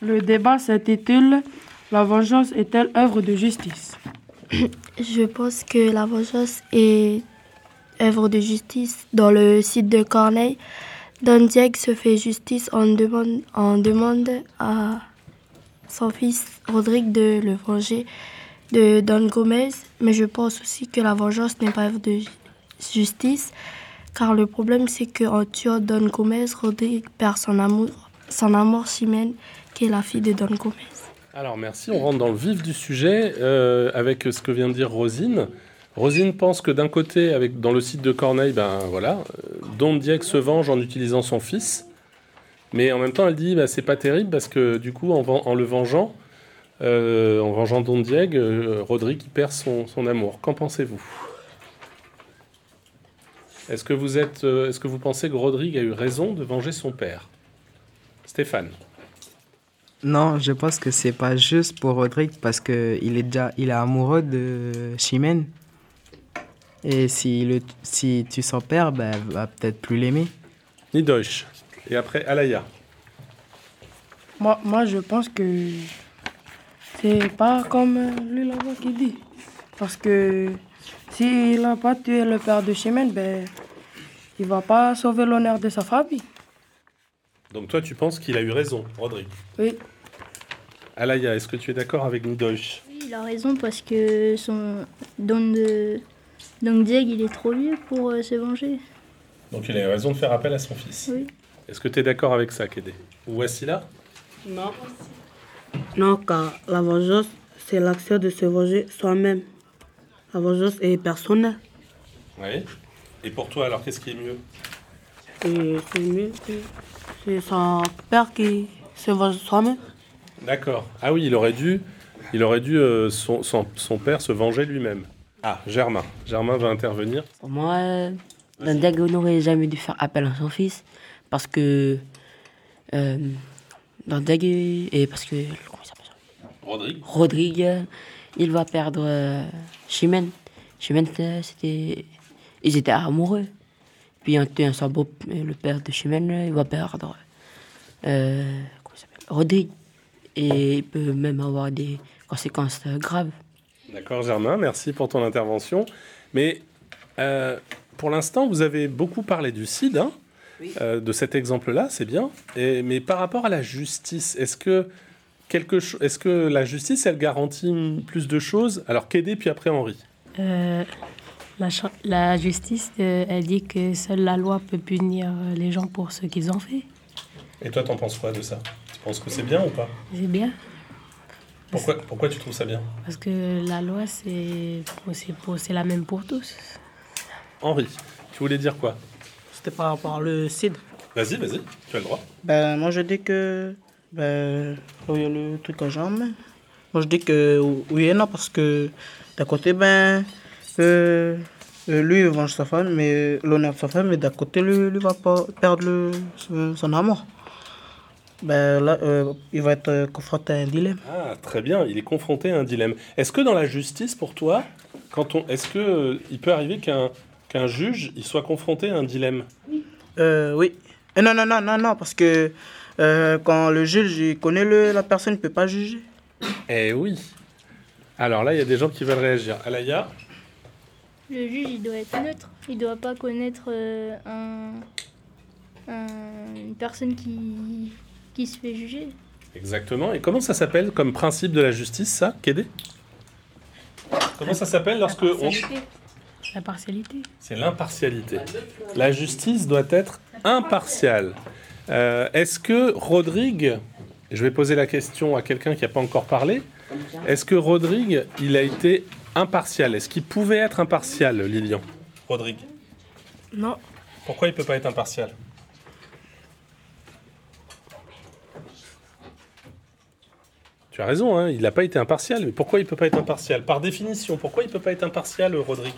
Le débat s'intitule La vengeance est-elle œuvre de justice Je pense que la vengeance est œuvre de justice. Dans le site de Corneille, Don Diego se fait justice en demande, en demande à son fils Rodrigue de le venger de Don Gomez, mais je pense aussi que la vengeance n'est pas œuvre de ju- justice, car le problème c'est qu'en tuant Don Gomez, Rodrigue perd son amour, son amour Chimène, qui est la fille de Don Gomez. Alors merci, on rentre dans le vif du sujet euh, avec ce que vient de dire Rosine. Rosine pense que d'un côté, avec, dans le site de Corneille, ben voilà, euh, Don Dieck se venge en utilisant son fils, mais en même temps elle dit bah, c'est pas terrible parce que du coup en, ven- en le vengeant, euh, en vengeant Don Dieck, euh, Rodrigue il perd son, son amour. Qu'en pensez-vous Est-ce que vous êtes, euh, est-ce que vous pensez que Rodrigue a eu raison de venger son père Stéphane. Non, je pense que c'est pas juste pour Rodrigue parce que il est déjà il est amoureux de Chimène. Et si le si tu s'en perds, bah, elle va peut-être plus l'aimer. Ni Deutsch. Et après Alaya. moi, moi, je pense que c'est pas comme euh, lui là-bas qui dit. Parce que s'il n'a pas tué le père de Chimène, ben, il va pas sauver l'honneur de sa famille. Donc toi, tu penses qu'il a eu raison, Rodrigue. Oui. Alaya, est-ce que tu es d'accord avec Nidoche Oui, il a raison parce que son Don, de... Don Diego, il est trop vieux pour euh, se venger. Donc il a eu raison de faire appel à son fils. Oui. Est-ce que tu es d'accord avec ça, Kédé Ou Wassila Non. Non, car la vengeance, c'est l'action de se venger soi-même. La vengeance est personnelle. Oui. Et pour toi, alors, qu'est-ce qui est mieux Et c'est mieux que c'est son père qui se venge soi-même. D'accord. Ah oui, il aurait dû, il aurait dû euh, son, son- son père se venger lui-même. Ah, Germain. Germain va intervenir. Pour moi, euh, Don Diego n'aurait jamais dû faire appel à son fils parce que. Euh, Don Diego. Et parce que. Comment il s'appelle Rodrigue Rodrigue, euh, il va perdre euh, Chimène. Chimène, euh, c'était. Ils étaient amoureux. Puis en tuant son beau, le père de Chimène, euh, il va perdre. euh, comment il s'appelle Rodrigue. Et il peut même avoir des conséquences euh, graves. D'accord, Germain, merci pour ton intervention. Mais euh, pour l'instant, vous avez beaucoup parlé du CID, hein, euh, de cet exemple-là, c'est bien. Et, mais par rapport à la justice, est-ce que, quelque cho- est-ce que la justice, elle garantit mm, plus de choses Alors, Kédé, puis après Henri. Euh, la, cha- la justice, euh, elle dit que seule la loi peut punir euh, les gens pour ce qu'ils ont fait. Et toi, t'en penses quoi de ça Tu penses que c'est bien ou pas C'est bien, pourquoi, pourquoi tu trouves ça bien parce que la loi, c'est c'est pour- c'est la même pour tous. Henri, tu voulais dire quoi C'était par rapport au CID. Vas-y, vas-y, tu as le droit. Ben, moi, je dis que. Ben, oh, il y a le truc à jambes. Moi, je dis que oui et non, parce que d'un côté, ben. euh, euh, lui, il venge sa femme, mais euh, l'honneur de sa femme, mais d'un côté, lui, lui va pas perdre le, son- son amour. Ben, là, euh, il va être euh, confronté à un dilemme. Ah, très bien, il est confronté à un dilemme. Est-ce que dans la justice, pour toi, quand on, est-ce que euh, il peut arriver qu'un qu'un juge il soit confronté à un dilemme Euh, oui. Euh, non, non, non, non, non, parce que euh, quand le juge il connaît le, la personne, il ne peut pas juger. Eh oui. Alors là, il y a des gens qui veulent réagir. Alaya Le juge, il doit être neutre. Il doit pas connaître euh, un- un- une personne qui, qui se fait juger. Exactement. Et comment ça s'appelle comme principe de la justice, ça, Kédé Comment ça s'appelle lorsque la on... partialité. La partialité. C'est l'impartialité. La justice doit être impartiale. Euh, Est-ce que Rodrigue, je vais poser la question à quelqu'un qui n'a pas encore parlé, est-ce que Rodrigue, il a été impartial Est-ce qu'il pouvait être impartial, Lilian Rodrigue. Non, Pourquoi il ne peut pas être impartial Tu as raison, hein, il n'a pas été impartial. Mais pourquoi il ne peut pas être impartial Par définition, pourquoi il ne peut pas être impartial, euh, Rodrigue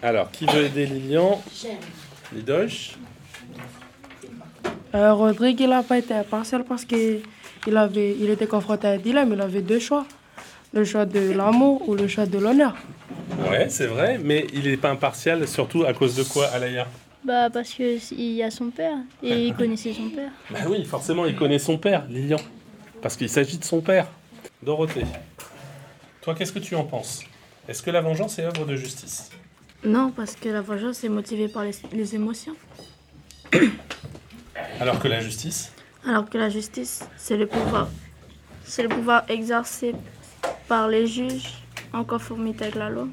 Alors, qui veut aider Lilian Lidoche Euh, Rodrigue, il n'a pas été impartial parce qu'il avait, il était confronté à un dilemme. Il avait deux choix. Le choix de l'amour ou le choix de l'honneur. Ouais, c'est vrai, mais il n'est pas impartial, surtout à cause de quoi, Alaya Bah parce que s- il y a son père et il connaissait son père. Bah oui, forcément, il connaît son père, Lilian. Parce qu'il s'agit de son père. Dorothée, toi, qu'est-ce que tu en penses Est-ce que la vengeance est œuvre de justice Non, parce que la vengeance est motivée par les, les émotions, Alors que la justice alors que la justice, c'est le pouvoir. C'est le pouvoir exercé par les juges en conformité avec la loi.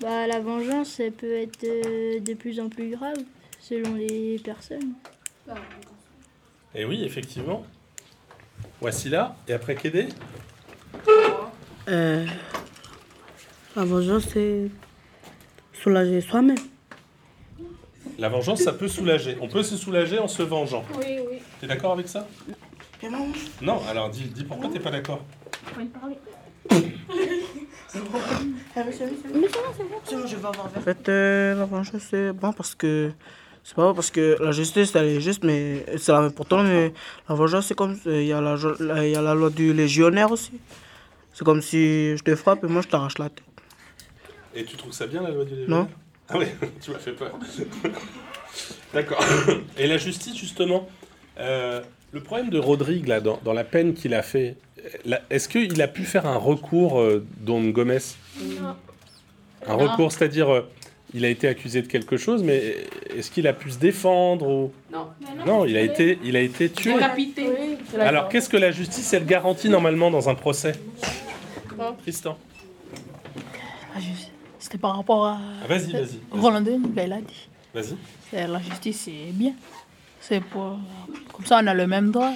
Bah la vengeance, elle peut être euh, de plus en plus grave selon les personnes. Eh oui, effectivement. Voici là, et après Kédé Euh, la vengeance, c'est soulager soi-même. La vengeance, ça peut soulager. On peut se soulager en se vengeant. Oui, oui. T'es d'accord avec ça non. Non, alors dis, dis pourquoi t'es pas d'accord. On va y parler. En fait, euh, la vengeance, c'est bon parce que. C'est pas parce que la justice, elle est juste, mais c'est la même pour toi, mais la vengeance, c'est comme. euh, Il y, a la jo- la- il y a la loi du légionnaire aussi. C'est comme si je te frappe et moi je t'arrache la tête. Et tu trouves ça bien, la loi du légionnaire Non. Ah oui, tu m'as fait peur. D'accord. Et la justice, justement, euh, le problème de Rodrigue, là, dans, dans la peine qu'il a fait, euh, là, est-ce qu'il a pu faire un recours, euh, Don Gomez Un Non. recours, c'est-à-dire, euh, il a été accusé de quelque chose, mais est-ce qu'il a pu se défendre ou... Non. Non, il a été, il a été tué. Décapité. Alors, qu'est-ce que la justice, elle garantit normalement dans un procès Tristan. Ah, je- C'était par rapport à. Ah, vas-y, vas-y, vas-y. Roland Denis, ben, il a dit. Vas-y. C'est- La justice, c'est bien. C'est pour. Comme ça, on a le même droit.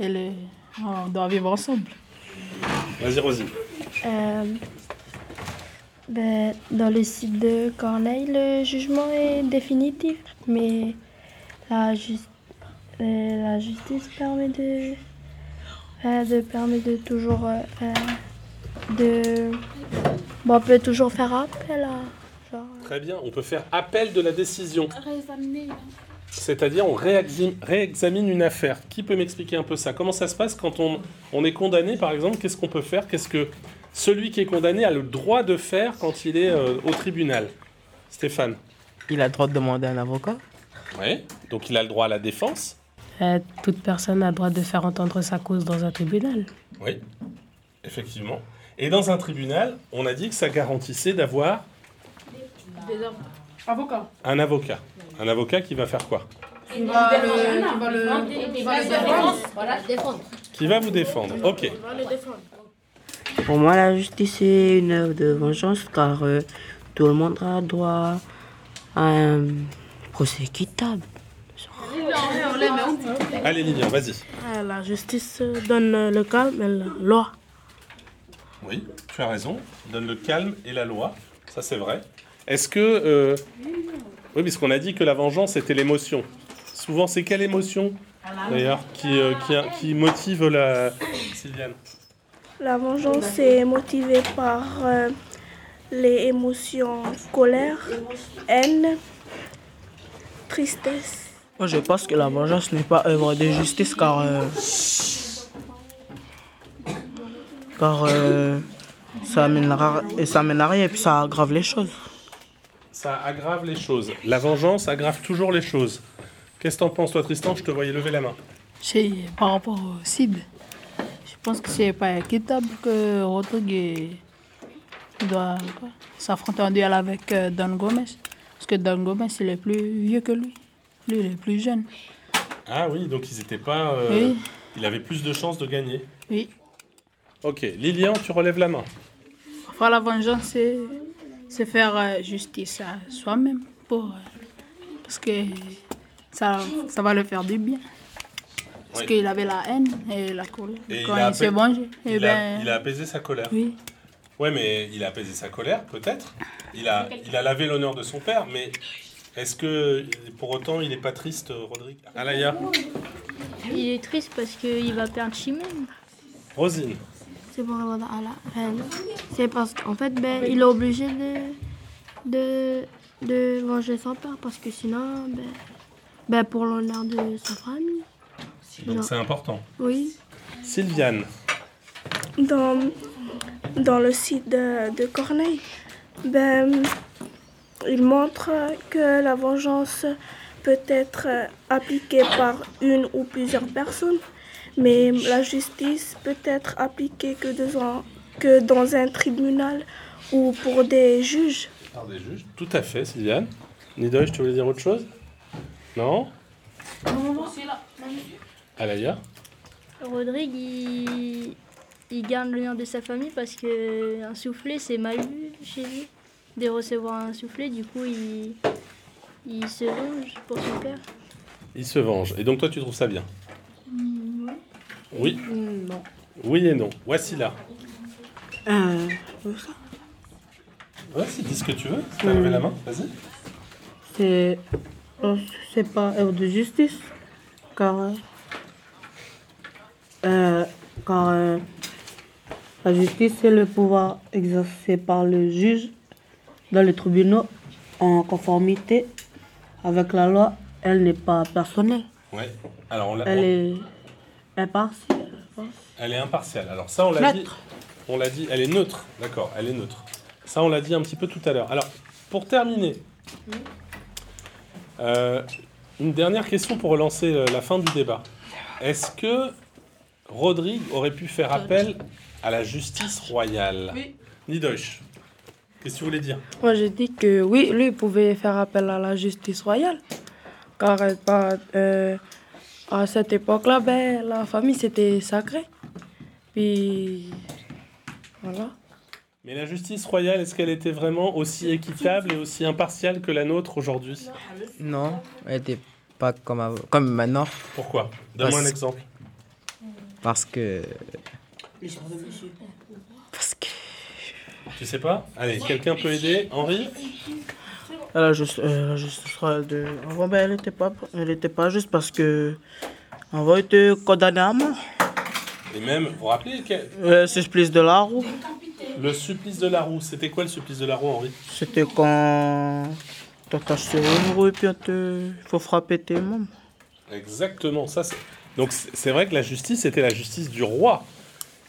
Et le- on doit vivre ensemble. Vas-y, Rosine. Euh, ben, dans le site de Corneille, le jugement est définitif, mais la, jus- euh, la justice permet de, euh, de permet de toujours euh, euh, de bon, on peut toujours faire appel à genre, Très bien, on peut faire appel de la décision. C'est-à-dire, on réexamine, réexamine une affaire. Qui peut m'expliquer un peu ça Comment ça se passe quand on, on est condamné, par exemple Qu'est-ce qu'on peut faire Qu'est-ce que celui qui est condamné a le droit de faire quand il est euh, au tribunal Stéphane Il a le droit de demander un avocat Oui. Donc, il a le droit à la défense Euh, toute personne a le droit de faire entendre sa cause dans un tribunal. Oui, effectivement. Et dans un tribunal, on a dit que ça garantissait d'avoir Des hommes. Avocat. un avocat. Un avocat qui va faire quoi Qui va le- qui va le- qui va le défendre. Voilà, défendre. Qui va vous défendre. Ok. Pour moi, la justice est une œuvre de vengeance car euh, tout le monde a droit à un procès équitable. Allez, Lilian, vas-y. Ah, La justice euh, donne euh, le calme et la loi. Oui, tu as raison. Donne le calme et la loi. Ça, c'est vrai. Est-ce que. euh, Oui, puisqu'on a dit que la vengeance était l'émotion. Souvent, c'est quelle émotion, d'ailleurs, qui, euh, qui, qui motive la. Sylviane La vengeance est motivée par euh, les émotions colère, haine, tristesse. Moi, je pense que la vengeance n'est pas œuvre de justice car. euh, car euh, ça, amène ra- et ça amène à rien et puis ça aggrave les choses. Ça aggrave les choses. La vengeance aggrave toujours les choses. Qu'est-ce que t'en penses, toi, Tristan Je te voyais lever la main. C'est par rapport aux cibles. Je pense que c'est pas équitable que Rodrigue eh, doit quoi, s'affronter en duel avec euh, Don Gomez. Parce que Don Gomez, il est plus vieux que lui. Lui, il est plus jeune. Ah oui, donc ils n'étaient pas. euh, Oui. Il avait plus de chances de gagner. Oui. Ok, Lilian, tu relèves la main. Enfin, la vengeance, c'est, c'est faire euh, justice à soi-même. Pour, euh, parce que ça, ça va le faire du bien. Parce Oui. qu'il avait la haine et la colère. Et Quand a il, s'est apais- vengé, eh il, a- ben, il a apaisé sa colère. Oui. Ouais, mais il a apaisé sa colère, peut-être. Il a, il a lavé l'honneur de son père, mais est-ce que pour autant il n'est pas triste, euh, Rodrigue Alaya Il est triste parce qu'il va perdre Chimène. Rosine C'est pour répondre à la haine. C'est parce qu'en fait, ben, il est obligé de, de, de venger son père parce que sinon, ben, ben, pour l'honneur de sa famille. Donc Non. c'est important. Oui. Sylviane dans, dans le site de, de Corneille, ben, Il montre que la vengeance peut être appliquée par une ou plusieurs personnes, mais la justice peut être appliquée que dans, que dans un tribunal ou pour des juges. Par des juges. Tout à fait, Sylviane. Nidoy, je te voulais dire autre chose Non Non, non, c'est là. Alaya Rodrigue, il, il garde l'honneur de sa famille parce que un soufflet, c'est mal vu chez lui de recevoir un soufflet. Du coup, il, il se venge pour son père. Il se venge. Et donc, toi, tu trouves ça bien Mm, ouais. Oui. Mm, Non. Oui et non. Voici là. Euh, ça, Voici, dis ce que tu veux. Si t'as levé la main, vas-y. c'est. oh, C'est pas œuvre de justice. Car. euh, euh, car. euh, la justice, c'est le pouvoir exercé par le juge dans les tribunaux en conformité avec la loi. Elle n'est pas personnelle. Ouais. Alors, on l'a. Elle on- est impartiale. je pense. Elle est impartiale. Alors ça, on l'a dit. Neutre. On l'a dit. Elle est neutre. D'accord. Elle est neutre. Ça, on l'a dit un petit peu tout à l'heure. Alors, pour terminer, euh, une dernière question pour relancer euh, la fin du débat. Est-ce que Rodrigue aurait pu faire appel à la justice royale Oui. Nidoche, qu'est-ce que tu voulais dire Moi, je dis que oui, lui il pouvait faire appel à la justice royale. Car euh, par- euh, à cette époque-là, ben, la famille, c'était sacré. Puis, voilà. Mais la justice royale, est-ce qu'elle était vraiment aussi équitable et aussi impartiale que la nôtre aujourd'hui Non, elle était pas comme, avant- comme maintenant. Pourquoi Donne-moi un Parce- exemple. Parce que. Tu sais pas Allez, quelqu'un peut aider Henri Alors, je, euh, la justice royale de. Avant, ben, elle était pas, elle était pas juste parce que. Avant, elle était condamnée à mort. Et même, vous vous rappelez quel- Euh, ce supplice de la roue, Le supplice de la roue, c'était quoi le supplice de la roue, Henri c'était quand. T'attaches sur une roue et puis on te. Faut frapper tes membres. Exactement, ça c'est. Donc c'est c'est vrai que la justice c'était la justice du roi.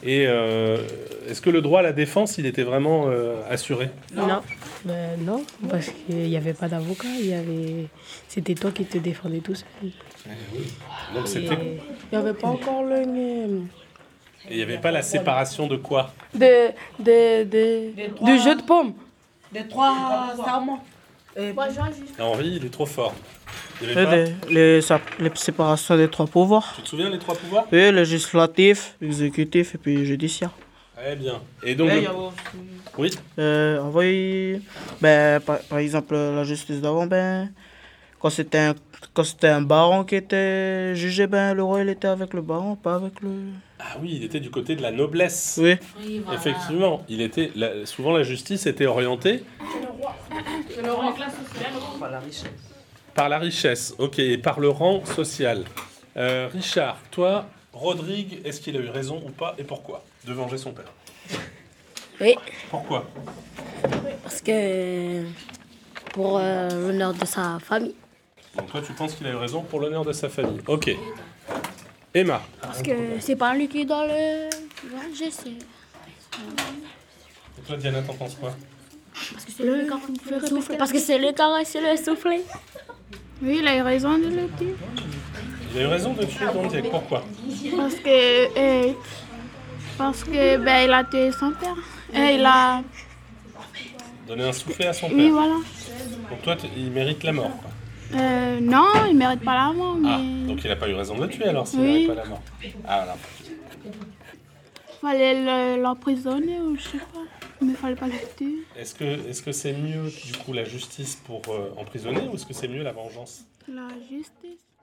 Et euh, est-ce que le droit à la défense, il était vraiment euh, assuré Non. Ben non, parce qu'il n'y avait pas d'avocat, il y avait... c'était toi qui te défendais tout seul. Donc c'était. Et Il n'y avait pas encore le. euh, il n'y avait pas la séparation de quoi De, de, de, du jeu de pommes. Des trois serments. Henri, il est trop fort. Il y avait pas- Les, les, sa- les séparations des trois pouvoirs. Tu te souviens les trois pouvoirs Et législatif, exécutif et puis judiciaire. Très bien. Et donc. Eh, le- il y a aussi- Oui Euh, on va y- ben, par, par exemple, la justice d'avant, ben, quand c'était un, quand c'était un baron qui était jugé, ben, le roi il était avec le baron, pas avec le. Ah oui, il était du côté de la noblesse. Oui. voilà. Effectivement, il était la- souvent la justice était orientée Par la richesse, ok, et par le rang social. Euh, Richard, toi, Rodrigue, est-ce qu'il a eu raison ou pas et pourquoi de venger son père Oui. Pourquoi Parce que pour euh, l'honneur de sa famille. Donc toi, tu penses qu'il a eu raison pour l'honneur de sa famille. Ok. Emma, Parce que c'est pas lui qui est dans le. Ouais, je sais. et toi, Diana, t'en penses quoi Parce que c'est le Parce que c'est le carré, c'est le soufflé. Oui, il a eu raison de le dire. Il a eu raison de tuer Dondiek, pourquoi Parce que, euh, parce que ben, il a tué son père. Et il a. Donner un soufflet à son père. Oui, voilà. Donc toi, t- il mérite la mort. quoi. Euh, non, il mérite pas la mort, Ah, mais. donc il n'a pas eu raison de le tuer alors s'il Oui. n'avait pas la mort. Ah, voilà. Fallait le- l'emprisonner ou je sais pas. Mais fallait pas le tuer. Est-ce que est-ce que c'est mieux du coup la justice pour euh, emprisonner ou est-ce que c'est mieux la vengeance La justice.